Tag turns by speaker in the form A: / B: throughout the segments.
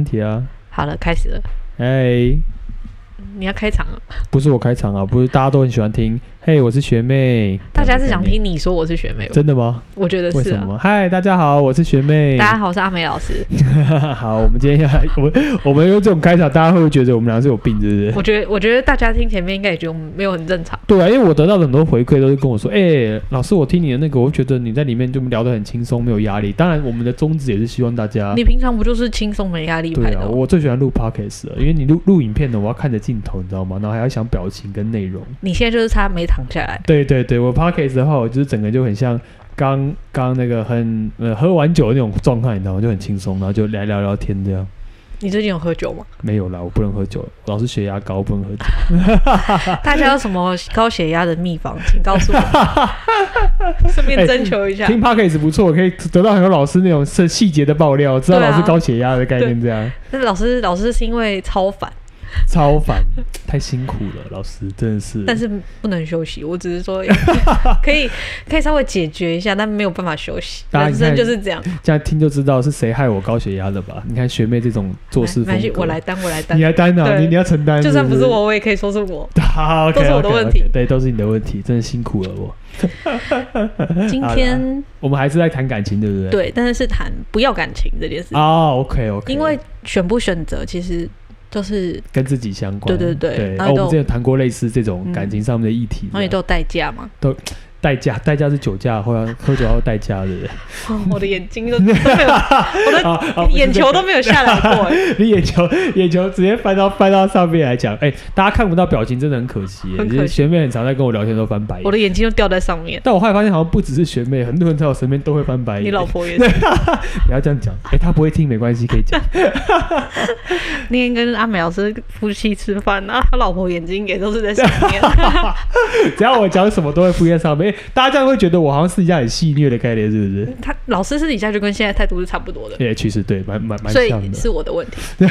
A: 问题啊。
B: 好了，开始了，
A: 哎、
B: 你要开场了。
A: 不是我开场啊，不是大家都很喜欢听。嘿，我是学妹。
B: 大家是想听你说我是学妹吧，
A: 真的吗？
B: 我觉得
A: 为
B: 是
A: 什
B: 啊。
A: 么？嗨，大家好，我是学妹。
B: 大家好，我是阿美老师。
A: 好，我们今天要来，我们我们用这种开场，大家会不会觉得我们俩是有病，对不对？
B: 我觉得，我觉得大家听前面应该也觉得我们没有很正常。
A: 对啊，因为我得到的很多回馈都是跟我说，哎、老师，我听你的那个，我觉得你在里面就聊得很轻松，没有压力。当然，我们的宗旨也是希望大家。
B: 你平常不就是轻松没压力
A: 啊对
B: 派
A: 啊，
B: 的吗？哦
A: 我最喜欢录 podcast 了，因为你录录影片的，我要看着镜头，你知道吗？然后还要想表情跟内容。
B: 你现在就是差没躺下来。
A: 对对对，我 podcast 的话，我就是整个就很像刚刚那个很呃喝完酒的那种状态，你知道吗？就很轻松，然后就来聊聊天这样。
B: 你最近有喝酒吗？
A: 没有啦，我不能喝酒，我老是血压高，不能 喝酒。啊
B: 大家有什么高血压的秘方，请告诉我。 顺便征求一下。
A: 哎听 podcast 不错，可以得到很多老师那种是细节的爆料，知道
B: 对啊
A: 老师高血压的概念，这样、
B: 那老师，老师是因为超烦，
A: 超烦，太辛苦了，老师真的是。
B: 但是不能休息。我只 是说可以可以稍微解决一下，但没有办法休息。
A: 大家
B: 人生
A: 你看
B: 就是这样。
A: 这样听就知道是谁害我高血压的吧？你看学妹这种做事
B: 没关
A: 风
B: 系
A: 格，
B: 我来担，我来担
A: 你。来担啊，
B: 对
A: 你你要承担，
B: 就算不
A: 不
B: 是，我，我也可以说是我。
A: 好，OK，
B: 都是我的
A: OK，OK，
B: 问题
A: 对，都是你的问题，真的辛苦了我。
B: 今天
A: 我们还是在谈感情，对不对？。
B: 对，但是是谈不要感情这件事，
A: 哦，OK，OK，
B: 因为选不选择其实就是
A: 跟自己相关，
B: 对对对
A: 对。哦
B: 然后
A: 我
B: 都
A: 们之前有谈过类似这种
B: 嗯
A: 感情上面的议题，
B: 然后也都有代价嘛。
A: 代价，代价是酒驾，后来喝酒要代驾，对不 对？
B: 哦我的眼睛都都没有， 我的
A: 啊啊，不是
B: 眼
A: 这
B: 球
A: 个
B: 都没有下来过。哎
A: 你眼球眼球直接翻到翻到上面来讲，哎、大家看不到表情，真的很可惜耶。欸
B: 很可惜
A: 就是学妹很常在跟我聊天都翻白
B: 我
A: 眼，
B: 的眼睛都掉在上面。
A: 但我后来发现好像不只是学妹，很多人在我身边都会翻白眼。
B: 你老婆也 是，
A: 不要这样讲，哎、她不会听没关系，可以 讲。
B: 那天跟阿美老师夫妻吃饭，然后他老婆眼睛也都是在上 面。
A: 只要我讲什么都会附在上面，哎大家这样会觉得我好像是一下很戏虐的概念，是不是？
B: 他老师私底下就跟现在态度是差不多的，
A: 也、哎其实对，蛮蛮蛮
B: 所以
A: 像的。
B: 是我的问 题，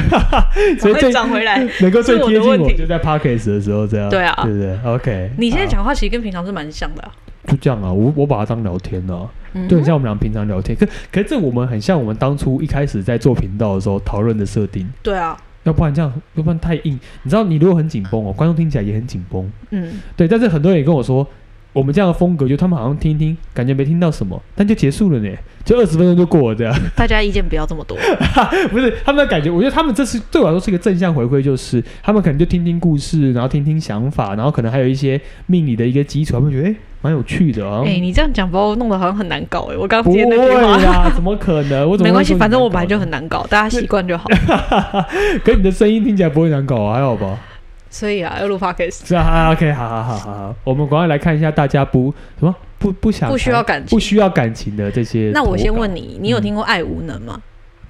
A: 所以
B: 我会
A: 最
B: 转回 来。
A: 能够最
B: 是我的
A: 贴近
B: 问
A: 我，
B: 题
A: 就在 podcast 的时候这样。
B: 对啊
A: 对不对？OK。
B: 你现在
A: 好
B: 讲话其实跟平常是蛮像的啊。
A: 就这样啊，我我把它当聊天呢、啊。
B: 嗯
A: 就很像我们俩平常聊天。可可是这我们很像我们当初一开始在做频道的时候讨论的设定，
B: 对啊，
A: 要不然这样，要不然太硬。你知道，你如果很紧绷哦，观众听起来也很紧绷。
B: 嗯，
A: 对，但是很多人也跟我说，我们这样的风格，就他们好像听一听，感觉没听到什么，但就结束了呢，就二十分钟就过了这样。
B: 大家意见不要这么多。
A: 不是他们的感觉，我觉得他们这是对我来说是一个正向回馈，就是他们可能就听听故事，然后听听想法，然后可能还有一些命理的一个基础，他们觉得诶蛮、有趣的啊。
B: 哎、你这样讲把我弄得好像很难搞哎、我刚
A: 不
B: 刚接那句
A: 会
B: 话。
A: 啦，怎么可能？我怎么
B: 没
A: 会
B: 关系，
A: 说你
B: 反正
A: 难
B: 我本来
A: 搞
B: 就
A: 呢
B: 很难搞，大家习惯就好。
A: 可你的声音听起来不会难搞啊，还好吧？
B: 所以啊，要录 podcast
A: 是啊啊，OK，好好好好好，我们赶快来看一下大家不什么不不想
B: 不需要感
A: 不
B: 情。
A: 需要嗯感情的这些。
B: 那我先，问你，你有听过爱无能吗？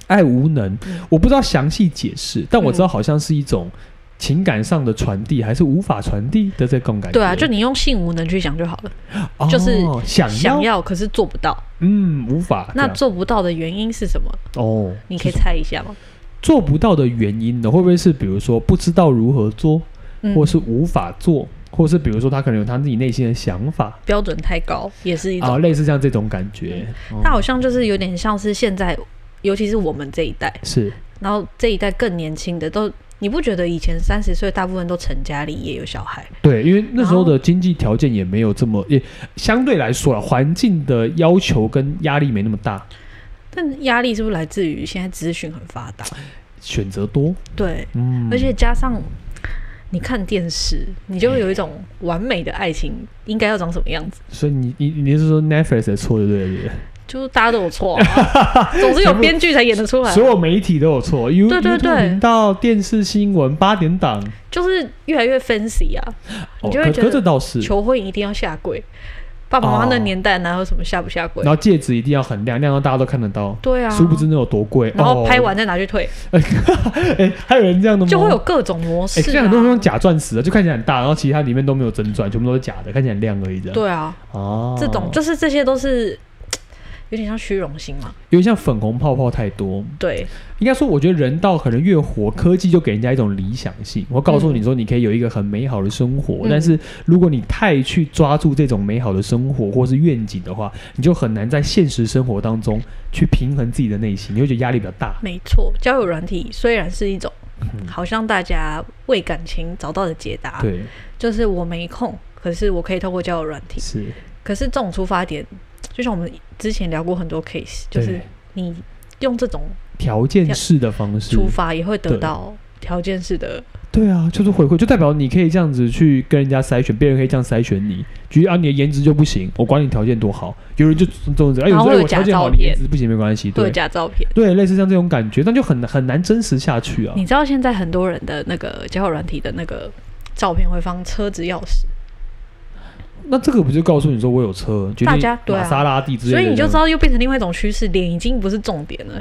A: 爱无能
B: 嗯，
A: 我不知道详细解释，但我知道好像是一种情感上的传递，还是无法传递的这种感觉。
B: 对啊，就你用性无能去想就好了。
A: 哦
B: 就是
A: 想
B: 想要可是做不到，
A: 嗯无法
B: 那
A: 这样
B: 做不到的原因是什么？
A: 哦，
B: 你可以猜一下吗？
A: 做不到的原因呢，会不会是比如说不知道如何做，
B: 嗯
A: 或是无法做，或是比如说他可能有他自己内心的想法？
B: 标准太高也是一
A: 啊，
B: 种。
A: 类似像这种感觉，哦
B: 那好像就是有点像是现在，尤其是我们这一代，
A: 是
B: 然后这一代更年轻的都，你不觉得以前三十岁大部分都成家立业有小孩？
A: 对，因为那时候
B: 然后
A: 的经济条件也没有这么，也相对来说啊，环境的要求跟压力没那么大，
B: 但压力是不是来自于现在资讯很发达？
A: 选择多，
B: 对，
A: 嗯，
B: 而且加上你看电视，你就会有一种完美的爱情应该要长什么样子，
A: 所以你你你是说 Netflix 的错对不对？
B: 就是大家都有错、啊， 总是有编剧才演得出来啊，
A: 所有媒体都有错，You
B: 对对
A: YouTube
B: 对
A: 频道、电视新闻、八点档，
B: 就是越来越 fancy 啊。
A: 哦，
B: 你就会
A: 可
B: 觉得
A: 可这倒是，
B: 求婚一定要下跪，爸爸妈妈那年代哪有什么下不下跪？
A: 然后戒指一定要很亮，亮到大家都看得到，
B: 对啊，
A: 哦殊不知那有多贵，
B: 然后
A: 哦
B: 拍，完再拿去退，
A: 哎，还有人这样的吗？
B: 就会有各种模
A: 哎、
B: 式、啊。
A: 现在很多人用假钻石的，就看起来很大，然后其实它里面都没有真钻，全部都是假的，看起来很亮而已这样。
B: 对啊，
A: 哦，
B: 这种就是这些都是有点像虚荣心嘛。
A: 有点像粉红泡泡太多。
B: 对，
A: 应该说，我觉得人到可能越活，科技就给人家一种理想性。我告诉你说，你可以有一个很美好的生活，
B: 嗯
A: 但是如果你太去抓住这种美好的生活或是愿景的话，你就很难在现实生活当中去平衡自己的内心，你会觉得压力比较大。
B: 没错，交友软体虽然是一种
A: 嗯
B: 好像大家为感情找到的解答，
A: 对，
B: 就是我没空，可是我可以透过交友软体。
A: 是，
B: 可是这种出发点，就像我们之前聊过很多 case，就
A: 对
B: 是你用这种
A: 条件式的方式
B: 出发也会得
A: 对
B: 到条件式的
A: 对啊，就是回馈，就代表你可以这样子去跟人家筛选，别人可以这样筛选你。举例啊，你的颜值就不行，我管你条件多好，有人就这种子，哎，有人
B: 然后
A: 说哎
B: 会有
A: 我条
B: 假
A: 件好，
B: 照
A: 你颜
B: 片
A: 值不行没关系，
B: 或者
A: 对
B: 假照片。
A: 对，类似像这种感觉，那就很很难真实下去啊。
B: 你知道现在很多人的那个交友软体的那个照片会放车子钥匙，
A: 那这个不就告诉你说我有车，举例
B: 大家对啊
A: 玛莎拉蒂之类
B: 所
A: 的，
B: 以你就知道又变成另外一种趋势，脸已经不是重点了。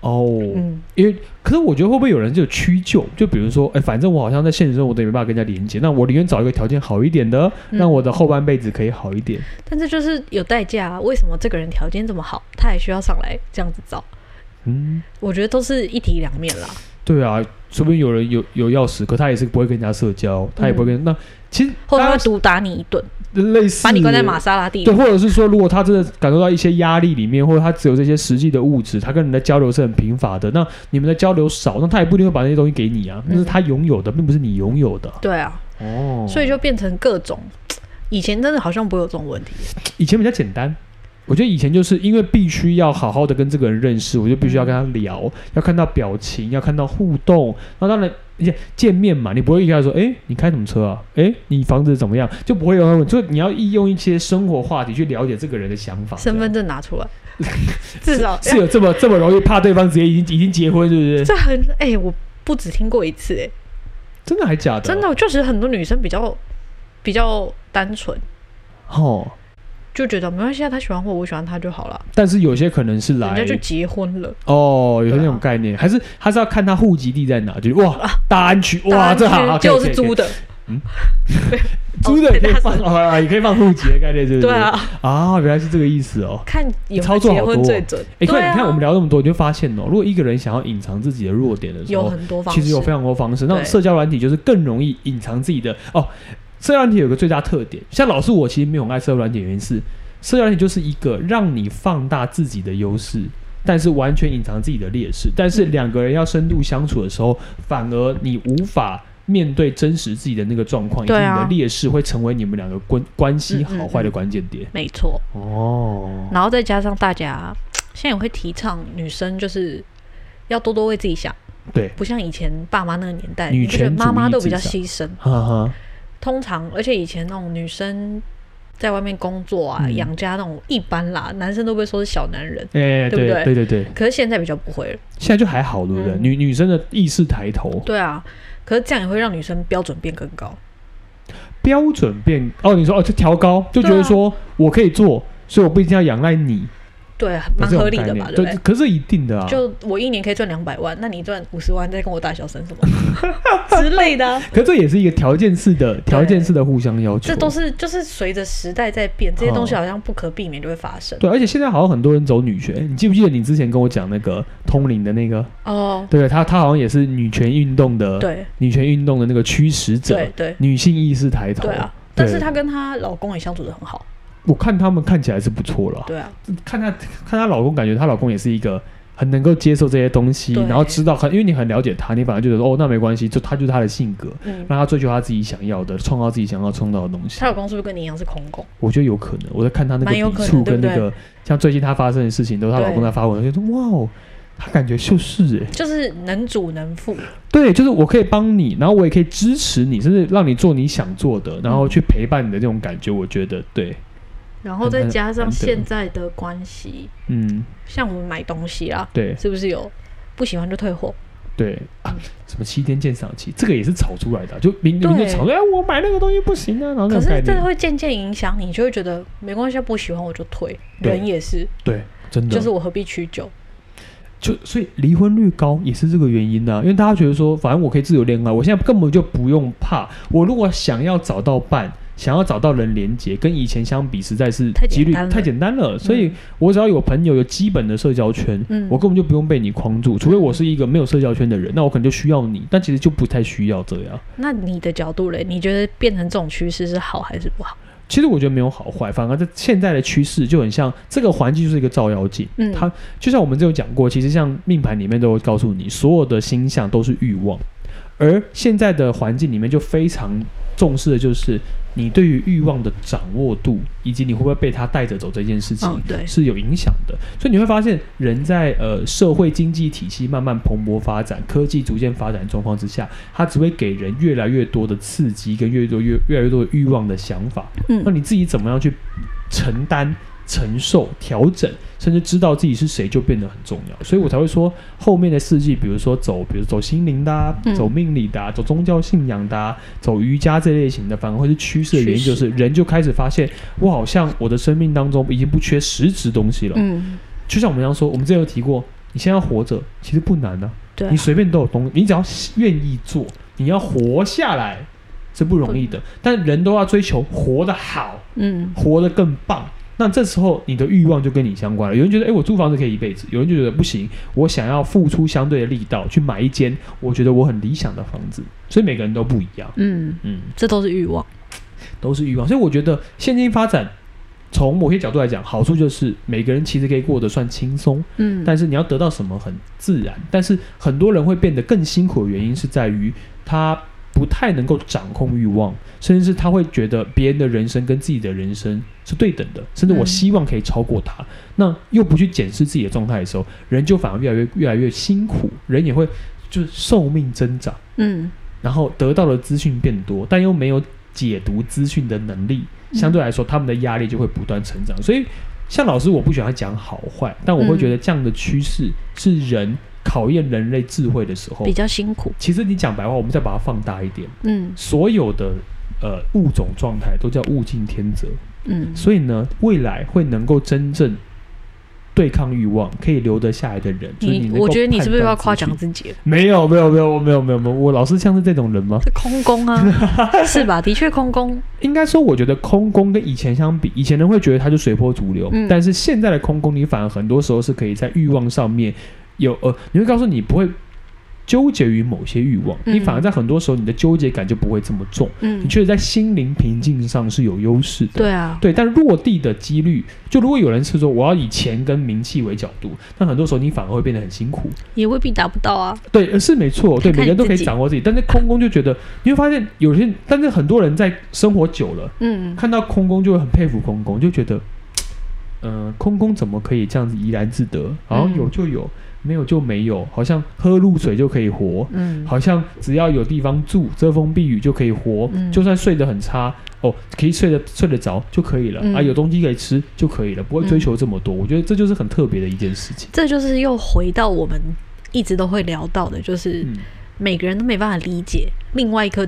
A: 哦。
B: 嗯，
A: 因为可是我觉得会不会有人就有屈就，就比如说，哎，反正我好像在现实生活中也没办法跟人家连接，那我宁愿找一个条件好一点的，
B: 嗯
A: 让我的后半辈子可以好一点。
B: 但这就是有代价啊！为什么这个人条件这么好，他也需要上来这样子找？
A: 嗯，
B: 我觉得都是一体两面啦。
A: 对啊，说不定有人有有钥匙，可他也是不会跟人家社交，他也不会跟、那其实
B: 嗯或者他
A: 大
B: 会
A: 家
B: 毒打你一顿，
A: 类似
B: 把你关在玛莎拉蒂
A: 对，。或者是说，如果他真的感受到一些压力里面，或者他只有这些实际的物质，他跟人的交流是很贫乏的，那你们的交流少，那他也不一定会把那些东西给你啊，那是他拥有的，并不是你拥有的。
B: 对啊，
A: 哦，
B: 所以就变成各种。以前真的好像不会有这种问题，
A: 以前比较简单。我觉得以前就是因为必须要好好的跟这个人认识，我就必须要跟他聊，要看到表情，要看到互动。那当然，而且见面嘛，你不会一开始说，哎，你开什么车啊？哎，你房子怎么样？就不会有那种，就你要一用一些生活话题去了解这个人的想法。
B: 身份证拿出来，至少
A: 这样是有这么这么容易怕对方直接已经已经结婚，是不是？
B: 这很哎、我不止听过一次哎、
A: 真的还假的？
B: 真的，就是很多女生比较比较单纯，
A: 哦。
B: 就觉得没关系啊，他喜欢我，我喜欢他就好了，
A: 但是有些可能是
B: 人
A: 来
B: 家就结婚了。
A: 哦，有
B: 对啊
A: 那种概念，还是还是要看他户籍地在哪，就是哇，
B: 啊
A: 大安区，哇，这好，好可以
B: 就是
A: 可以可以
B: 租的，
A: 租的
B: 哦
A: 也可以
B: 大
A: 放，
B: 神
A: 哦啊，也可以放户籍的概念，是不是？
B: 对啊，
A: 啊，原来是这个意思哦。
B: 看有没
A: 操
B: 有
A: 作好
B: 结
A: 多
B: 婚最准。
A: 哎，
B: 对
A: 看
B: 啊，
A: 你看我们聊那么多，你就发现哦，如果一个人想要隐藏自己的弱点的时
B: 有
A: 候，
B: 很多方式，
A: 哦其实有非常多方式。那种
B: 对
A: 社交软体就是更容易隐藏自己的哦。社交软体有个最大特点，像老师我其实没有很爱社交软体，原因是社交软体就是一个让你放大自己的优势。但是完全隐藏自己的劣势，但
B: 嗯
A: 是两个人要深度相处的时候，反而你无法面对真实自己的那个状况，以及你
B: 对啊
A: 的劣势会成为你们两个关关系好坏的关键点。
B: 没错。
A: 哦，
B: 然后再加上大家现在也会提倡女生就是要多多为自己想，
A: 对
B: 不像以前爸妈那个年代，
A: 女
B: 你不觉得
A: 权主义
B: 妈妈都比较
A: 至上
B: 牺牲。
A: 哈哈，
B: 通常，而且以前那种女生在外面工作啊、
A: 嗯
B: 养、家那种，一般啦，男生都被说是小男人。
A: 哎、
B: 对不
A: 对
B: 对
A: 对对对，
B: 可是现在比较不会了，
A: 现在就还好，对不对？
B: 嗯
A: 女女生的意识抬头，
B: 对啊。可是这样也会让女生标准变更高，
A: 标准变哦，你说哦，就调高，就觉
B: 对
A: 得
B: 啊
A: 说我可以做，所以我不一定要仰赖你，
B: 对，
A: 有
B: 蛮
A: 这种
B: 合理
A: 概
B: 的
A: 念
B: 吧，对不
A: 对
B: 对？
A: 可是一定的啊，
B: 就我一年可以赚两百万，那你赚五十万，再跟我大小声 什么之类的啊、
A: 可这也是一个条件式的条件式的互相要求，啊
B: 这都是就是随着时代在变，这些东西
A: 哦
B: 好像不可避免就会发生。
A: 对，而且现在好像很多人走女权，哎你记不记得你之前跟我讲那个通灵的那个？
B: 哦，
A: 对，他他好像也是女权运动的
B: 对
A: 女权运动的那个驱使者
B: 对，对
A: 女性意识抬头。
B: 对啊！但是
A: 对
B: 她跟她老公也相处的很好，
A: 我看他们看起来是不错了，
B: 对啊，
A: 看她看她老公，感觉她老公也是一个很能够接受这些东西，
B: 对
A: 然后知道很，因为你很了解他，你反而觉得说哦，那没关系，就他就是他的性格，
B: 嗯，
A: 让他追求他自己想要的，创造自己想要创造的东西
B: 她。老公是不是跟你一样是空宫？
A: 我觉得有可能，我在看他那个
B: 嗯蛮有
A: 笔
B: 可能
A: 触
B: 对
A: 跟
B: 不
A: 那个，像最近她发生的事情，都是她老公
B: 对
A: 在发文，我就说哇哦，他感觉就是哎、
B: 就是能主能副，
A: 对，就是我可以帮你，然后我也可以支持你，甚至让你做你想做的，然
B: 嗯
A: 后去陪伴你的这种感觉，我觉得对，
B: 然后再加
A: 很难
B: 上
A: 得
B: 现在的关系，
A: 嗯，
B: 像我们买东西啊，
A: 对
B: 是不是有不喜欢就退货？
A: 对啊，什么七天鉴赏期，这个也是炒出来的啊，就明明就
B: 嗯对
A: 炒出来，哎，我买那个东西不行啊，然后那
B: 可
A: 种概
B: 是这
A: 念，
B: 会渐渐影响你，就会觉得没关系，不喜欢我就退。
A: 对
B: 人也是，
A: 对，真的
B: 就是我何必屈就？
A: 就所以离婚率高也是这个原因呐、因为大家觉得说，反正我可以自由恋爱，我现在根本就不用怕。我如果想要找到伴，想要找到人连接，跟以前相比，实在是
B: 太简
A: 几率
B: 单了
A: 太简单了。所以我只要有朋友，有基本的社交圈，
B: 嗯
A: 我根本就不用被你框住。除非我是一个没有社交圈的人，那我可能就需要你，但其实就不太需要这样。
B: 那你的角度嘞，你觉得变成这种趋势是好还是不好？
A: 其实我觉得没有好坏，反而在现在的趋势就很像这个环境就是一个照妖镜。
B: 嗯
A: 它就像我们之前有讲过，其实像命盘里面都会告诉你，所有的星象都是欲望，而现在的环境里面就非常重视的就是你对于欲望的掌握度，以及你会不会被它带着走这件事情。
B: 嗯，对，
A: 是有影响的，所以你会发现，人在呃社会经济体系慢慢蓬勃发展、科技逐渐发展的状况之下，它只会给人越来越多的刺激跟越多越越来越多的欲望的想法。那
B: 嗯
A: 你自己怎么样去承担、承受、调整，甚至知道自己是谁，就变得很重要。所以我才会说，后面的四季，比如说走，比如走心灵的、啊
B: 嗯，
A: 走命理的、啊，走宗教信仰的、啊，走瑜伽这类型的，反而会是趋势的原因，
B: 趋势
A: 就是人就开始发现，我好像我的生命当中已经不缺实质东西了。
B: 嗯，
A: 就像我们刚刚说，我们之前有提过，你现在要活着其实不难的、
B: 对啊
A: 你随便都有东西，你只要愿意做，你要活下来是不容易的，但人都要追求活得好。
B: 嗯，
A: 活得更棒。那这时候你的欲望就跟你相关了。有人觉得，哎、我租房子可以一辈子；有人就觉得不行，我想要付出相对的力道去买一间我觉得我很理想的房子。所以每个人都不一样，
B: 嗯，
A: 嗯，
B: 这都是欲望。
A: 都是欲望。所以我觉得现今发展，从某些角度来讲，好处就是每个人其实可以过得算轻松，
B: 嗯，
A: 但是你要得到什么很自然。但是很多人会变得更辛苦的原因是在于他不太能够掌控欲望，甚至是他会觉得别人的人生跟自己的人生是对等的，甚至我
B: 嗯
A: 希望可以超过他。嗯那又不去检视自己的状态的时候，人就反而越来越越来越辛苦，人也会就是寿命增长，
B: 嗯，
A: 然后得到的资讯变多，但又没有解读资讯的能力，
B: 嗯
A: 相对来说他们的压力就会不断成长。所以像老师，我不喜欢讲好坏，但
B: 嗯
A: 我会觉得这样的趋势是人考验人类智慧的时候
B: 比。较辛苦。
A: 其实你讲白话，我们再把它放大一点，
B: 嗯
A: 所有的呃物种状态都叫物竞天择，
B: 嗯，
A: 所以呢，未来会能够真正对抗欲望、可以留得下来的人，就是
B: 你
A: 能够
B: 我觉得你是不是
A: 判
B: 要
A: 断
B: 夸
A: 自
B: 奖
A: 己？
B: 自己了？
A: 没有，没有，没有，我没有，没有，没有，我老是像是这种人吗？
B: 这空 宫啊，是吧？的确空宫。
A: 应该说，我觉得空宫跟以前相比，以前人会觉得它就随波逐流，
B: 嗯
A: 但是现在的空宫，你反而很多时候是可以在欲望上面有呃，你会告诉你不会纠结于某些欲望，
B: 嗯
A: 你反而在很多时候你的纠结感就不会这么重，
B: 嗯
A: 你，确实在心灵平静上是有优势的。
B: 对啊，
A: 对，但落地的几率，就如果有人是说我要以钱跟名气为角度，那很多时候你反而会变得很辛苦。
B: 也未必达不到啊。
A: 对，呃是没错，对，
B: 看
A: 每个人都可以
B: 自己
A: 掌握自己。但是空宫就觉得，你会发现有些，但是很多人在生活久了，
B: 嗯，
A: 看到空宫就会很佩服空宫，就觉得，嗯、空宫怎么可以这样子怡然自得？好像
B: 嗯
A: 有就有，没有就没有，好像喝露水就可以活，
B: 嗯，
A: 好像只要有地方住，遮风避雨就可以活，
B: 嗯
A: 就算睡得很差哦，可以睡得睡得着就可以了、
B: 嗯
A: 啊，有东西可以吃就可以了，不会追求这么多。我觉得这就是很特别的一件事情。
B: 这就是又回到我们一直都会聊到的，就是
A: 嗯，
B: 每个人都没办法理解另外一颗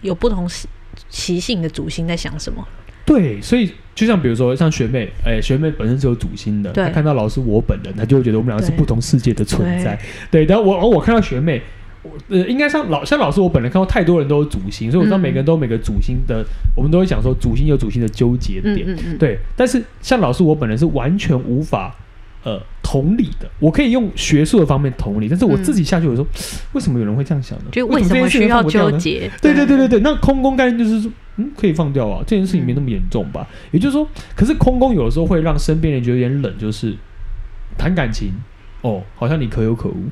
B: 有不同习习性的主星在想什么。
A: 对，所以就像比如说像学妹，哎、学妹本身是有主心的，
B: 对
A: 她看到老师我本人，她就会觉得我们两个是
B: 对
A: 不同世界的存在。对，但我而我看到学妹。我呃，应该像老像老师，我本人看过太多人都有主心，所以我知道
B: 嗯
A: 每个人都有每个主心的，我们都会讲说主心有主心的纠结
B: 嗯
A: 点。
B: 嗯嗯，
A: 对，但是像老师，我本人是完全无法呃同理的。我可以用学术的方面同理，但是我
B: 嗯
A: 自己下去，我说、为什么有人会这样想呢？
B: 就
A: 为
B: 为什么
A: 这件事情
B: 需要
A: 放不掉
B: 纠
A: 呢？
B: 结？
A: 对对对对对，那空宫概念就是说，嗯，可以放掉啊，这件事情没那么严重吧？
B: 嗯
A: 也就是说，可是空宫有的时候会让身边人觉得有点冷，就是谈感情哦，好像你可有可无；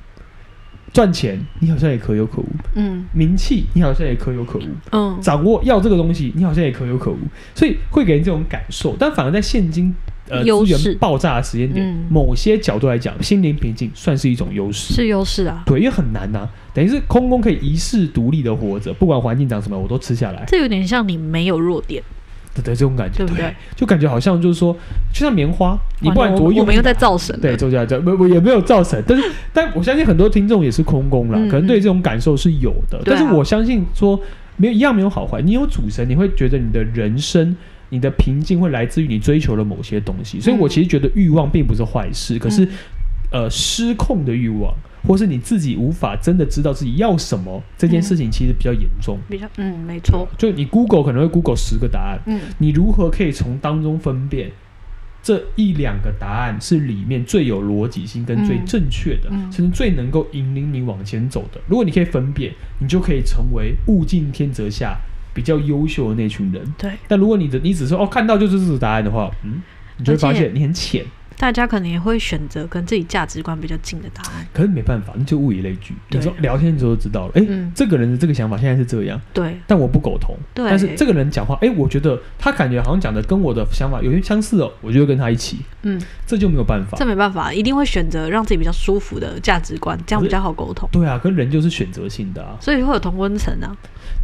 A: 赚钱你好像也可有可无；
B: 嗯
A: 名气你好像也可有可无。
B: 嗯
A: 掌握要这个东西，你好像也可有可无，所以会给人这种感受。但反而在现今呃
B: 优
A: 资
B: 势
A: 源爆炸的时间点，
B: 嗯
A: 某些角度来讲，心灵平静算是一种优势。
B: 是优势啊，
A: 对，因为很难呐、等于是空宫可以一世独立的活着，不管环境长什么样，我都吃下来。
B: 这有点像你没有弱点，
A: 对对，这种感觉，
B: 对不对？
A: 就感觉好像就是说，就像棉花，你不
B: 完
A: 管
B: 了
A: 多
B: 我
A: 用
B: 我们又
A: 力
B: 在造神了，
A: 对，周家这不不也没有造成，但 是但我相信很多听众也是空宫啦，
B: 嗯
A: 可能对这种感受是有的，
B: 对
A: 但
B: 啊
A: 是我相信说没有一样没有好坏，你有主神，你会觉得你的人生。你的平静会来自于你追求了某些东西，所以我
B: 嗯
A: 其实觉得欲望并不是坏事，可是
B: 嗯
A: 呃失控的欲望，或是你自己无法真的知道自己要什么这件事情，其实比较严重。
B: 比较嗯，没错，
A: 就你 Google 可能会 Google 十个答案，
B: 嗯
A: 你如何可以从当中分辨这一两个答案是里面最有逻辑性跟最
B: 嗯
A: 正确的，
B: 嗯
A: 甚至最能够引领你往前走的？如果你可以分辨，你就可以成为物竞天择下比较优秀的那群人。
B: 对，
A: 但如果你的你只是哦看到就是这个答案的话，嗯，你就会发
B: 而且
A: 现你很浅。
B: 大家可能也会选择跟自己价值观比较近的答案，
A: 可是没办法，那就物以类聚。
B: 对
A: 你
B: 啊
A: 说聊天的时候就知道了，哎、
B: 嗯
A: 这个人的这个想法现在是这样，
B: 对
A: 但我不苟同。
B: 对
A: 但是这个人讲话，哎、我觉得他感觉好像讲的跟我的想法有些相似哦，我就会跟他一起，
B: 嗯，
A: 这就没有办法
B: 这。没办法，一定会选择让自己比较舒服的价值观，这样比较好沟通，
A: 对啊，跟人就是选择性的啊。
B: 所以会有同温层啊，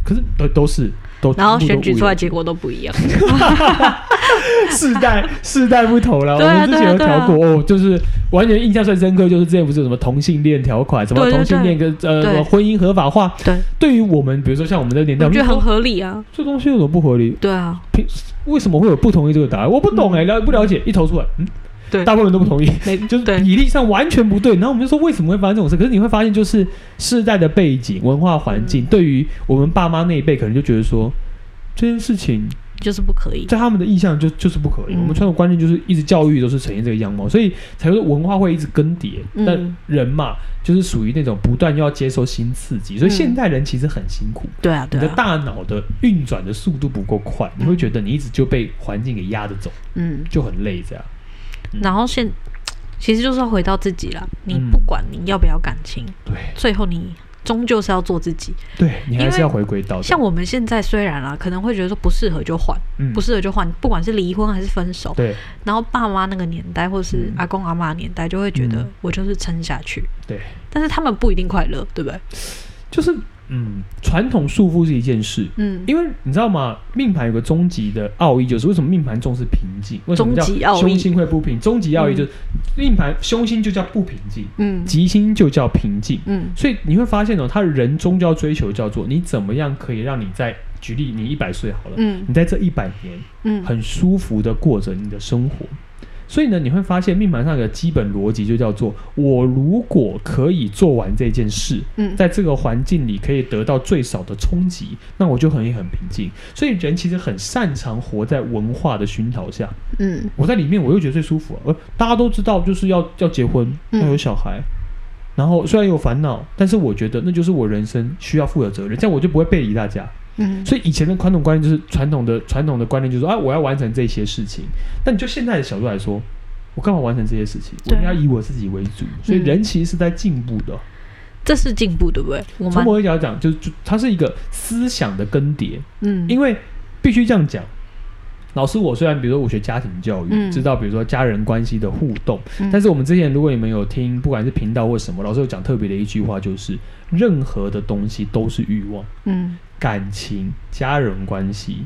A: 可是都都是都，
B: 然后选举出来
A: 全
B: 结果都不一样，
A: 部都物以类聚 世代世代不同了。我
B: 对啊
A: 们之前有
B: 对啊
A: 调过哦，就是完全印象最深刻，就是之前不是有什么同性恋条款，什么
B: 对对
A: 同性恋跟呃什么
B: 对
A: 婚姻合法化。
B: 对，
A: 对于我们，比如说像我们这个年代，
B: 我觉得很
A: 说
B: 合理啊，
A: 这东西有什么不合理？
B: 对啊，
A: 为什么会有不同意这个答案？我不懂哎、了不了解？一投出来，嗯，
B: 对
A: 大部分人都不同意，
B: 没
A: 就是
B: 对
A: 比例上完全不对。然后我们就说为什么会发生这种事？可是你会发现，就是世代的背景、文化环境，
B: 嗯
A: 对于我们爸妈那一辈，可能就觉得说这件事情
B: 就是不可以，
A: 在他们的印象就就是不可以。
B: 嗯
A: 我们传统观念就是一直教育都是呈现这个样貌，所以才会文化会一直更迭。
B: 嗯
A: 但人嘛，就是属于那种不断要接受新刺激，所以
B: 嗯
A: 现代人其实很辛苦。
B: 对啊嗯
A: 你
B: 对
A: 的
B: 啊，
A: 大脑的运转的速度不够快，你会觉得你一直就被环境给压着走，
B: 嗯，
A: 就很累这样。嗯
B: 然后现其实就是要回到自己啦，你
A: 嗯
B: 不管你要不要感情，
A: 对
B: 最后你终究是要做自己。
A: 对，你还
B: 因
A: 是
B: 为
A: 要回归到
B: 像
A: 我，
B: 我们现在虽然啦，可能会觉得说不适合就换，
A: 嗯
B: 不适合就换，不管是离婚还是分手，
A: 对
B: 然后爸妈那个年代或是
A: 嗯
B: 阿公阿妈年代就会觉得
A: 嗯
B: 我就是撑下去，
A: 对，
B: 但是他们不一定快乐，对不对？
A: 就是嗯，传统束缚是一件事。
B: 嗯，
A: 因为你知道吗？命盘有个终极的奥义，就是为什么命盘重视平静？为什么
B: 终极
A: 叫
B: 奥义
A: 凶星会不平？终极奥义就是命盘凶星就叫不平静，
B: 嗯
A: 吉星就叫平静。
B: 嗯
A: 所以你会发现哦，他人终究要追求叫做你怎么样可以让你在举例，你一百岁好了，
B: 嗯
A: 你在这一百年
B: 嗯，
A: 很舒服的过着你的生活。所以呢，你会发现命盘上有个基本逻辑就叫做：我如果可以做完这件事，
B: 嗯
A: 在这个环境里可以得到最少的冲击，那我就很很平静。所以人其实很擅长活在文化的熏陶下。
B: 嗯
A: 我在里面，我又觉得最舒服、啊。呃，大家都知道就是要要结婚，
B: 嗯
A: 要有小孩，然后虽然有烦恼，但是我觉得那就是我人生需要负的责任，这样我就不会背离大家。
B: 嗯，
A: 所以以前的传统观念就是传统的传统的观念就是说，啊，我要完成这些事情。但你就现在的角度来说，我干嘛完成这些事情？我
B: 对
A: 应该以我自己为主。所以人其实是在进步的。
B: 这是进步，对不对？嗯我
A: 从
B: 们
A: 某一角度讲，就就它是一个思想的更迭，
B: 嗯
A: 因为必须这样讲。老师，我虽然比如说我学家庭教育，
B: 嗯
A: 知道比如说家人关系的互动，
B: 嗯
A: 但是我们之前如果你们有听，不管是频道或什么，老师有讲特别的一句话，就是任何的东西都是欲望，
B: 嗯，
A: 感情、家人关系，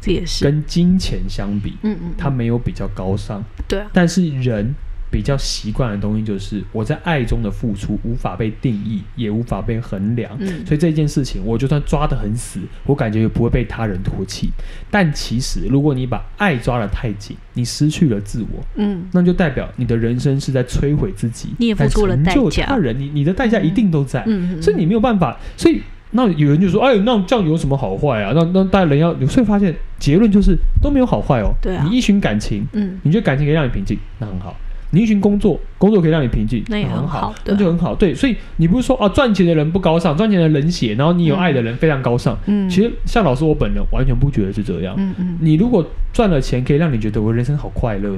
B: 这也是
A: 跟金钱相比，
B: 嗯嗯，
A: 它没有比较高尚，
B: 对啊，
A: 但是人比较习惯的东西就是我在爱中的付出无法被定义，也无法被衡量。
B: 嗯
A: 所以这件事情，我就算抓得很死，我感觉也不会被他人唾弃。但其实，如果你把爱抓得太紧，你失去了自我，
B: 嗯
A: 那就代表你的人生是在摧毁自己，
B: 你也付出了
A: 在成就
B: 代价
A: 他人，你你的代价一定都在。
B: 嗯，嗯
A: 所以你没有办法。所以那有人就说：“哎，那这样有什么好坏啊？”那那大家人要，所以发现结论就是都没有好坏哦。
B: 对啊
A: 你一群感情，
B: 嗯
A: 你觉得感情可以让你平静，那很好；你一群工作，工作可以让你平静，
B: 那也
A: 很
B: 很好
A: 那
B: 对啊
A: 就很好。对，所以你不是说啊，赚钱的人不高尚，赚钱的人冷血，然后你有爱的人非常高尚。
B: 嗯，
A: 其实像老师我本人完全不觉得是这样。
B: 嗯嗯
A: 你如果赚了钱可以让你觉得我人生好快乐，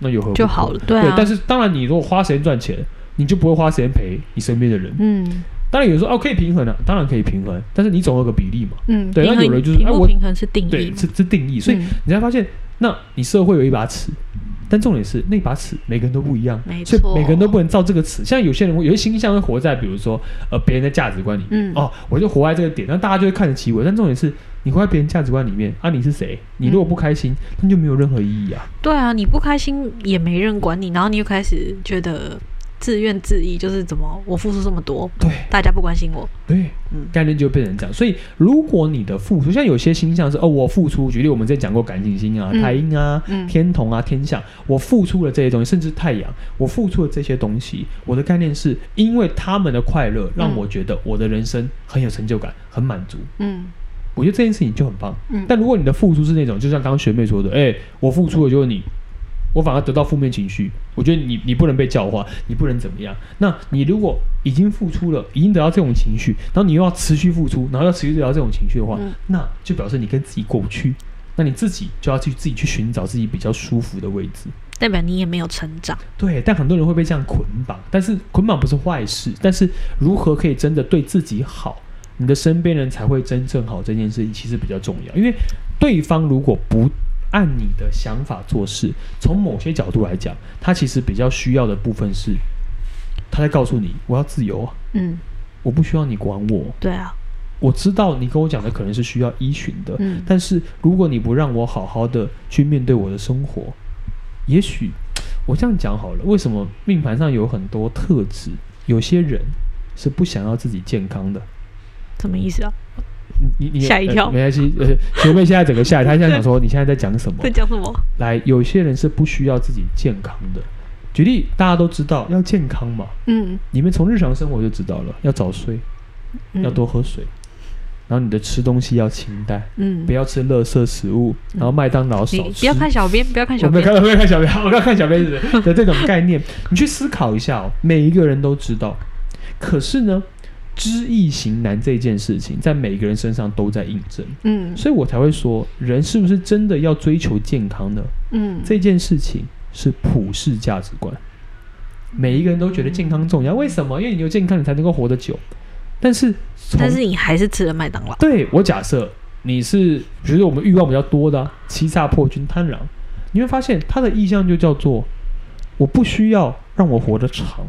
A: 那有何不
B: 就
A: 可
B: 好了，对
A: 对
B: 啊，，
A: 但是当然你如果花时间赚钱，你就不会花时间陪你身边的人。
B: 嗯
A: 当然有人说哦可以平衡啊，当然可以平衡，但是你总有个比例嘛，
B: 嗯，
A: 对那
B: 平衡
A: 有人就是
B: 屏
A: 哎
B: 幕
A: 我
B: 平衡是定义
A: 对，
B: 嘛，
A: 这这定义，所以
B: 嗯
A: 你才发现，那你社会有一把尺，但重点是那把尺每个人都不一样，
B: 没
A: 所
B: 错
A: 以每个人都不能照这个尺。像有些人会有些星象会活在比如说呃别人的价值观里面，
B: 嗯
A: 哦我就活在这个点，那大家就会看得起我，但重点是。你活在别人价值观里面啊，你是谁？你如果不开心，那就没有任何意义啊。
B: 对啊，你不开心也没人管你，然后你又开始觉得自怨自艾，就是怎么我付出这么多，
A: 对
B: 大家不关心我，
A: 对，
B: 嗯
A: 概念就变成这样。所以，如果你的付出，像有些星象是哦，我付出，举例我们之前讲过感情星啊、
B: 嗯
A: 太阴啊、
B: 嗯
A: 天同啊、天象，我付出了这些东西，甚至太阳，我付出了这些东西，我的概念是因为他们的快乐，让
B: 嗯
A: 我觉得我的人生很有成就感，很满足。
B: 嗯
A: 我觉得这件事情就很棒。
B: 嗯，
A: 但如果你的付出是那种，就像刚刚学妹说的，哎、我付出了就是你，我反而得到负面情绪，我觉得你你不能被教化，你不能怎么样。那你如果已经付出了，已经得到这种情绪，然后你又要持续付出，然后要持续得到这种情绪的话，
B: 嗯
A: 那就表示你跟自己过不去。那你自己就要去自己去寻找自己比较舒服的位置。
B: 代表你也没有成长，
A: 对，但很多人会被这样捆绑，但是捆绑不是坏事，但是如何可以真的对自己好，你的身边人才会真正好这件事情其实比较重要，因为对方如果不按你的想法做事，从某些角度来讲，他其实比较需要的部分是，他在告诉你我要自由啊，
B: 嗯，
A: 我不需要你管我，
B: 对啊，
A: 我知道你跟我讲的可能是需要依循的，
B: 嗯
A: 呃但是如果你不让我好好的去面对我的生活，也许我这样讲好了。为什么命盘上有很多特质，有些人是不想要自己健康的？
B: 什么意思啊？
A: 你你你
B: 吓一跳
A: 呃没关系。呃，学妹现在整个 吓一跳，她现在想说你现在在讲什么
B: 在？讲什么？
A: 来，有些人是不需要自己健康的。举例，大家都知道要健康嘛，
B: 嗯，
A: 你们从日常生活就知道了，要早睡，
B: 嗯
A: 要多，喝水，然后你的吃东西要清淡。
B: 嗯，
A: 不要吃垃圾食物，然后麦当劳少
B: 你
A: 吃。
B: 不要看小编，不要看
A: 我
B: 小
A: 没有
B: 编，
A: 看，我没有看小编， 我刚看小编子的这种概 念，你去思考一下哦。每一个人都知道，可是呢，知易行难这件事情，在每一个人身上都在印证，
B: 嗯
A: 所以我才会说，人是不是真的要追求健康呢？
B: 嗯，
A: 这件事情是普世价值观，每一个人都觉得健康重要。为什么？因为你有健康，你才能够活得久。但是从，
B: 但是你还是吃了麦当劳，
A: 对我假设你是，比如说我们欲望比较多的、啊、欺诈、破军、贪婪，你会发现它的意向就叫做我不需要让我活得长，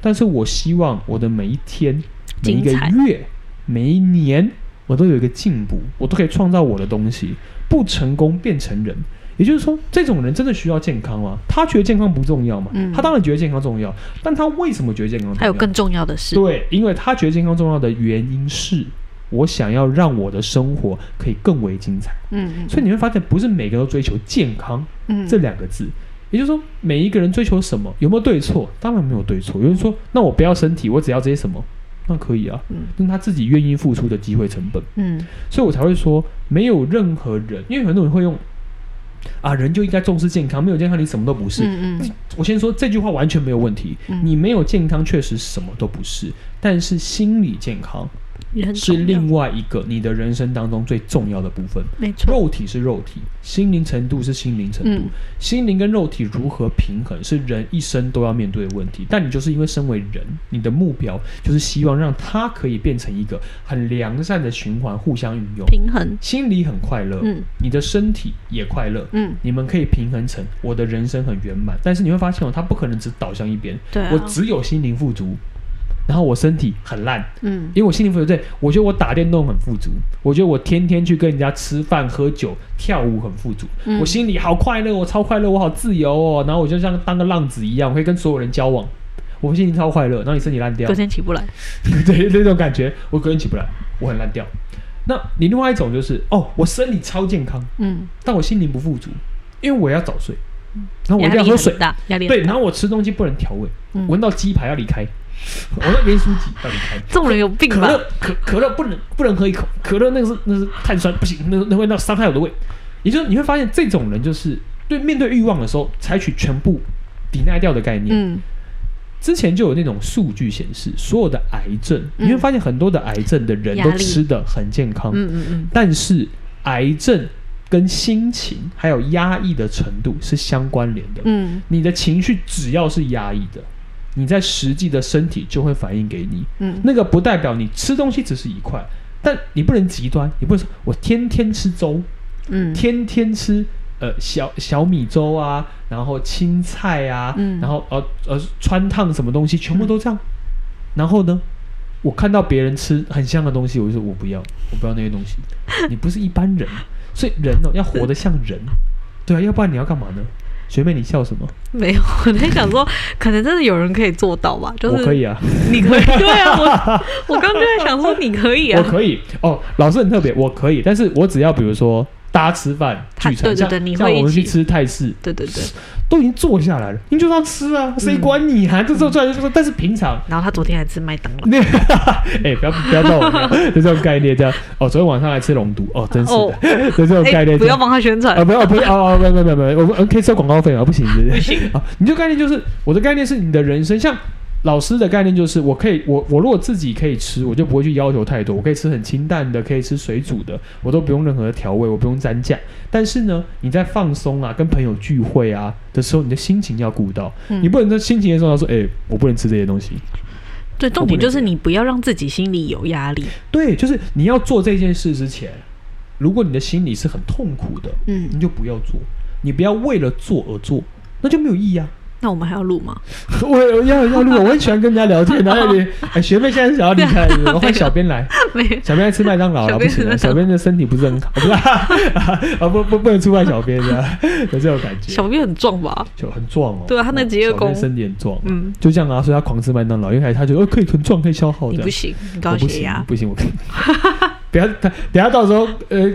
A: 但是我希望我的每一天、每一个
B: 精彩
A: 月、每一年，我都有一个进步，我都可以创造我的东西，不成功变成人。也就是说，这种人真的需要健康吗？他觉得健康不重要吗？
B: 嗯
A: 他当然觉得健康重要，但他为什么觉得健康重要？
B: 还有更重要的事，
A: 对，因为他觉得健康重要的原因是，我想要让我的生活可以更为精彩。
B: 嗯嗯
A: 所以你会发现，不是每个人都追求健康
B: 嗯，
A: 这两个字。也就是说，每一个人追求什么，有没有对错？当然没有对错。有人说，那我不要身体，我只要这些什么，那可以啊，
B: 嗯
A: 那他自己愿意付出的机会成本。
B: 嗯
A: 所以我才会说，没有任何人，因为很多人会用啊，人就应该重视健康，没有健康你什么都不是。
B: 嗯嗯
A: 我先说这句话完全没有问题，
B: 嗯
A: 你没有健康确实什么都不是，但是心理健康
B: 也很
A: 是
B: 重要
A: 另外一个你的人生当中最重要的部分。
B: 没错，
A: 肉体是肉体，心灵程度是心灵程度，
B: 嗯
A: 心灵跟肉体如何平衡是人一生都要面对的问题。但你就是因为身为人，你的目标就是希望让它可以变成一个很良善的循环，互相运用，
B: 平衡，
A: 心里很快乐，
B: 嗯
A: 你的身体也快乐，
B: 嗯，
A: 你们可以平衡成我的人生很圆满，但是你会发现哦，它不可能只导向一边，
B: 对啊，
A: 我只有心灵富足，然后我身体很烂，
B: 嗯
A: 因为我心灵富足，对我觉得我打电动很富足，我觉得我天天去跟人家吃饭、喝酒、跳舞很富足，
B: 嗯
A: 我心里好快乐，我超快乐，我好自由哦，然后我就像当个浪子一样，我可以跟所有人交往，我心情超快乐，然后你身体烂掉
B: 隔，天起不来，
A: 对那种感觉，我隔天起不来，我很烂掉。那你另外一种就是哦，我身体超健康，
B: 嗯，
A: 但我心灵不富足，因为我要早睡，然后我一
B: 压
A: 定要
B: 力
A: 喝水
B: 很，大，压力很
A: 对，然后我吃东西不能调味，
B: 嗯
A: 闻到鸡排要离开， 闻到盐酥鸡要离开，
B: 这种人有病
A: 可
B: 吧？
A: 乐可可乐不能不能喝一口，可乐那个是那是碳酸，不行，那那会那伤害我的胃。也就是你会发现，这种人就是对面对欲望的时候，采取全部抵赖掉的概念。
B: 嗯
A: 之前就有那种数据显示，所有的癌症，
B: 嗯
A: 你会发现很多的癌症的人
B: 压
A: 都
B: 力
A: 吃的很健康，
B: 嗯嗯嗯，
A: 但是癌症跟心情还有压抑的程度是相关联的。
B: 嗯
A: 你的情绪只要是压抑的，你在实际的身体就会反映给你。
B: 嗯，
A: 那个不代表你吃东西只是一块，但你不能极端，你不能说我天天吃粥，
B: 嗯
A: 天天吃呃小小米粥啊，然后青菜啊，
B: 嗯
A: 然后呃呃川烫什么东西，全部都这样。然后呢，我看到别人吃很香的东西，我就说我不要，我不要那些东西。哦
B: 嗯
A: 你不是一般人，所以人呢、要活得像人，对啊，要不然你要干嘛呢？学妹，你笑什么？
B: 没有， 我在想说，可能真的有人可以做到吧，就
A: 我可
B: 是
A: 以啊，
B: 你 可以，对啊，我我刚刚就在想说你可以
A: 我
B: 啊，
A: 可以哦。老师很特别，我可以，但是我只要比如说大家吃饭
B: 他
A: 聚餐，
B: 对对
A: 像
B: 对你
A: 像
B: 会
A: 我们
B: 一
A: 去
B: 起
A: 吃泰式，
B: 对对对。
A: 都已经坐下来了，你就是要吃啊，谁
B: 嗯
A: 管你啊？这时候出来就说，但是平常。
B: 然后他昨天还吃麦当劳，
A: 那哎、不要不要闹我们啊， 就这种概念这样。哦，昨天晚上还吃龙毒，哦，真是的，
B: 哦
A: 就这种概
B: 哎，
A: 念这样。
B: 不要帮他宣传
A: 啊，，不要不要啊，不要不要不要不要，我们我们可以收广告费吗？不行，不行啊！你这个概念就是我的概念是你的人生，像老师的概念就是我可以我我如果自己可以吃，我就不会去要求太多，我可以吃很清淡的，可以吃水煮的，我都不用任何的调味，我不用沾酱。但是呢，你在放松啊，跟朋友聚会啊的时候，你的心情要顾到，
B: 嗯
A: 你不能在心情的时候说，哎、我不能吃这些东西。
B: 对，重点就是你不要让自己心里有压力，
A: 对，就是你要做这件事之前，如果你的心里是很痛苦的，
B: 嗯，
A: 你就不要做，你不要为了做而做，那就没有意义啊。
B: 那我们还要录吗？
A: 我我要要录，我很喜欢跟人家聊天，然后你哎学妹现在想要离开，我换小编来，
B: 没有，
A: 小编爱吃麦当劳了，
B: 小
A: 不
B: 编
A: 行了，
B: 吃麦
A: 小
B: 当劳
A: 编的身体不是很好，不是 啊啊不不不能出卖小编的，有这种感觉，
B: 小编很壮吧？
A: 就很壮哦，
B: 对啊他那职业
A: 小编
B: 工
A: 身体很壮，
B: 嗯，
A: 就这样啊，所以他狂吃麦当劳，因为他觉得哦可以很壮，可以消耗
B: 你
A: 的
B: 不，行，你
A: 我
B: 高
A: 不
B: 血
A: 行
B: 压，
A: 不行，我 不要他等下到时候呃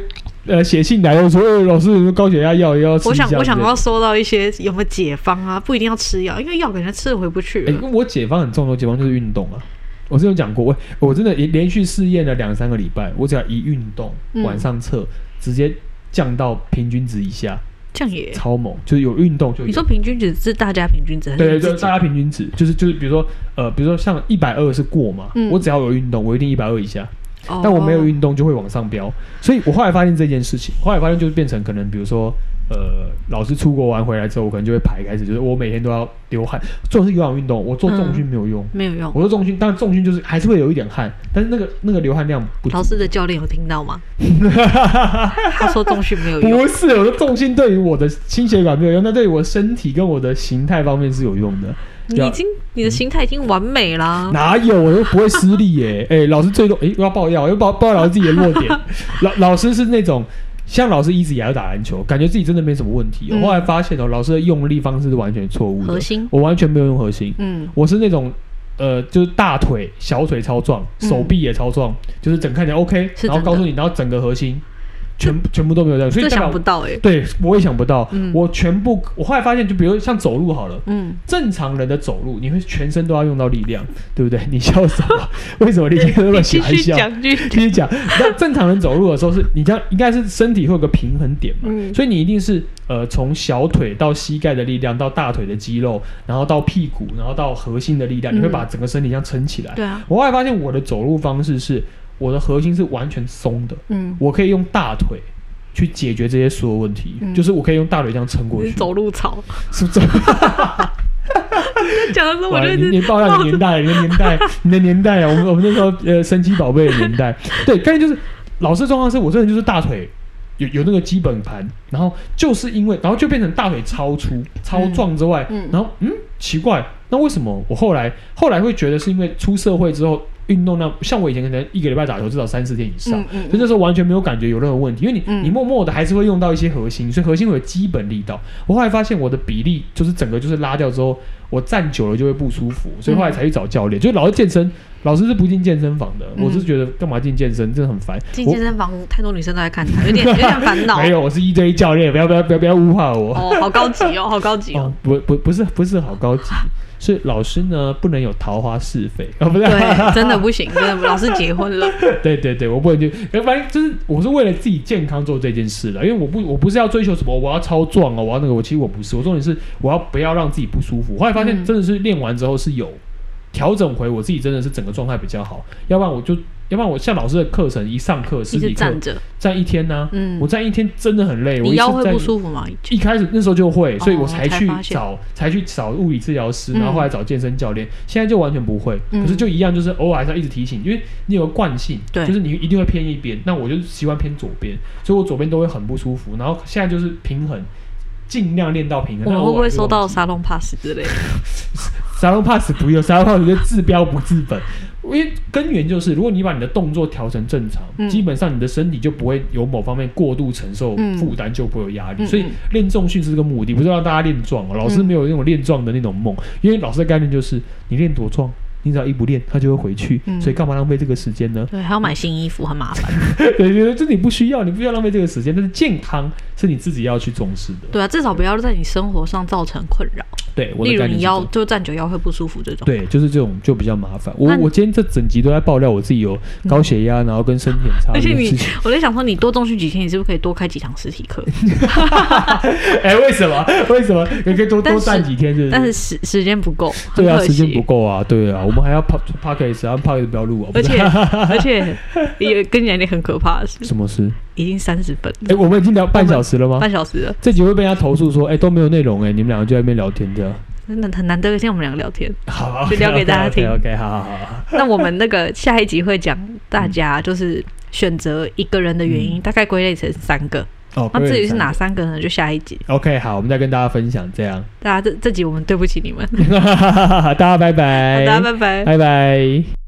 A: 呃写信来又说呃老师有没有高血压药也要吃
B: 我
A: 一下
B: 想，我想
A: 之类的
B: 要收到一些有没有解方啊？不一定要吃药，因为药感觉吃了回不去
A: 哎、
B: 了。
A: 我解放很重要，解放就是运动啊。我之前有讲过，我我真的连连续试验了两三个礼拜，我只要一运动，
B: 嗯
A: 晚上测直接降到平均值以下，
B: 这样也，
A: 超猛！就是有运动就有
B: 你说平均值是大家平均值，还是
A: 对对
B: 你自
A: 对，
B: 己
A: 大家平均值就是就是比如说呃，比如说像一百二是过嘛，
B: 嗯
A: 我只要有运动，我一定一百二以下。
B: 哦
A: 但我没有运动就会往上飙，所以我后来发现这件事情，后来发现就是变成可能比如说。呃，老师出国玩回来之后，我可能就会排开始，就是我每天都要流汗，重点是有氧运动，我做重
B: 嗯
A: 训没有用，
B: 没有用。
A: 我说重训，当然重训就是还是会有一点汗，但是那个那个流汗量不足
B: 老师的教练有听 到吗？他说重训没有用，
A: 不是，我说重训对于我的心血管没有用，但对于我身体跟我的形态方面是有用的。
B: 你已经你的心态已经完美啦。
A: 哪有？我又不会失力耶、哎、老师最多哎、又要爆料，又爆爆料自己的弱点。 老老师是那种。像老师一直也要打篮球，感觉自己真的没什么问题、
B: 嗯
A: 我后来发现哦、老师的用力方式是完全错误
B: 核
A: 的。
B: 心，
A: 我完全没有用核心，
B: 嗯，
A: 我是那种呃，就是大腿、小腿超壮，
B: 嗯
A: 手臂也超壮，就是整看起来 OK，
B: 是
A: 然后
B: 真的
A: 告诉你，然后整个核心全部全部都没有这样，所以
B: 这
A: 代表
B: 想不到哎，
A: 对我也想不到，
B: 嗯
A: 我全部我后来发现，就比如像走路好了。
B: 嗯，
A: 正常人的走路，你会全身都要用到力量，对不对？你笑什么？ 为什么你今天那么
B: 你
A: 喜
B: 继
A: 欢
B: 续
A: 笑？
B: 讲，继 续
A: 继续讲。那正常人走路的时候是，你这样应该是身体会有个平衡点嘛，
B: 嗯
A: 所以你一定是呃从小腿到膝盖的力量，到大腿的肌肉，然后到屁股，然后到核心的力量，你会
B: 嗯
A: 把整个身体这样撑起来。
B: 对啊，
A: 我后来发现我的走路方式是，我的核心是完全松的，
B: 嗯，
A: 我可以用大腿。去解决这些所有问题，
B: 嗯
A: 就是我可以用大腿这样撑过
B: 你
A: 去
B: 是，走路草，
A: 是不是？
B: 讲的时候 我
A: 哇，
B: 就一
A: 你
B: 直
A: 你爆料你年代，你的年 代，你的年代啊！我们我们那时候呃，神奇宝贝的年代，对，概念就是老师的状况是我真的就是大腿有有那个基本盘，然后就是因为然后就变成大腿超粗超壮之外，
B: 嗯嗯
A: 然后嗯奇怪，那为什么我后来后来会觉得是因为出社会之后运动量像我以前可能一个礼拜打球至少三四天以上，
B: 嗯嗯
A: 所以那时候完全没有感觉有任何问题，因为你、
B: 嗯
A: 你默默的还是会用到一些核心，所以核心会有基本力道。我后来发现我的比例就是整个就是拉掉之后，我站久了就会不舒服，所以
B: 嗯
A: 后来才去找教练。就是老是健身，老师是不进健身房的，
B: 嗯
A: 我是觉得干嘛进健身真的很烦。
B: 进健身房太多女生都在看他，有点有点烦
A: 我
B: 恼
A: 没。有，我是一对一教练，不要不要不要不要污化我。
B: 哦，好高级哦，好高级哦
A: 哦。，不不不是不是好高 级，是老师呢不能有桃花是非哦，不是、
B: 对，真的不行，真的老师结婚 了，
A: 对对对，我不能去，呃反正就是我是为了自己健康做这件事的，因为我不我不是要追求什么我要超壮哦，我要那个，我其实我不是，我重点是我要不要让自己不舒服。后来发现
B: 嗯
A: 真的是练完之后是有调整回我自己，真的是整个状态比较好，要不然我就要不然我像老师的课程一上课
B: 一
A: 实
B: 直
A: 体课
B: 站着，
A: 站一天呢、
B: 嗯
A: 我，站一天真的很累，我
B: 你
A: 一
B: 腰
A: 次
B: 会
A: 站
B: 不舒服吗？
A: 一开始那时候就会，所以
B: 哦
A: 我才
B: 才
A: 去
B: 发现
A: 找，才去找物理治疗师，
B: 嗯
A: 然后后来找健身教练，现在就完全不会。
B: 嗯
A: 可是就一样，就是偶尔还是要一直提醒，因为你有个惯性，
B: 对
A: 就是你一定会偏一边。那我就习惯偏左边，所以我左边都会很不舒服。然后现在就是平衡，尽量练到平衡。
B: 我们会不会收到
A: 沙
B: 沙龙 pass 之类的？
A: 沙龙 pass 不用，沙龙 pass 就治标不治本。因为根源就是，如果你把你的动作调成正常，
B: 嗯
A: 基本上你的身体就不会有某方面过度承受
B: 嗯
A: 负担，就不会有压力。
B: 嗯
A: 所以
B: 嗯
A: 练重训是这个目的，不是让大家练壮哦。老师没有那种练壮的那种梦，因为老师的概念就是你练多壮，你只要一不练，它就会回去，
B: 嗯
A: 所以干嘛浪费这个时间呢？
B: 对，还要买新衣服，很麻烦。
A: 对，就是这你不需要，你不需要浪费这个时间，但是健康是你自己要去重视的。
B: 对啊，至少不要在你生活上造成困扰，
A: 对，我
B: 例
A: 的
B: 如
A: 概念
B: 你
A: 是这
B: 腰
A: 样
B: 就站久腰会不舒服这种。
A: 对，就是这种就比较麻烦。我
B: 哦那你嗯
A: 我今天这整集都在爆料我自己有高血压，然后跟身体很差
B: 而
A: 这
B: 且
A: 件
B: 你
A: 事情。，
B: 我在想说，你多重训几天，你是不是可以多开几堂实体课？
A: 哎，为什么？ 为什么？你可以多
B: 但
A: 多
B: 是
A: 站几天，是不
B: 但
A: 是？
B: 是时时间不够，很
A: 对啊，
B: 可
A: 时
B: 惜。
A: 间不够啊，对啊，我们还要 p p o d c a s t 然后 p o d c a s t 不要录啊，不
B: 而
A: 是
B: 且而且也跟你讲一件很可怕的事，
A: 什么事？
B: 已经三十分
A: 哎，我们已经聊半小时了吗？
B: 嗯半小时了，
A: 这集会被人家投诉说，哎，都没有内容，哎，你们两个就在那边聊天这样。
B: 真的很难得。现在我们两个聊天，
A: 好，
B: 就聊给大家听
A: OK，好好好好，
B: 那我们那个下一集会讲大家
A: 嗯
B: 就是选择一个人的原因，大概归类成三个。
A: 哦，
B: 那至于
A: 各
B: 是
A: 位
B: 哪三个呢？就下一集。
A: ？OK，好，我们再跟大家分享这 样。
B: 大家这这集我们对不起你们，
A: 大家拜拜，
B: 大家拜拜。
A: 拜拜。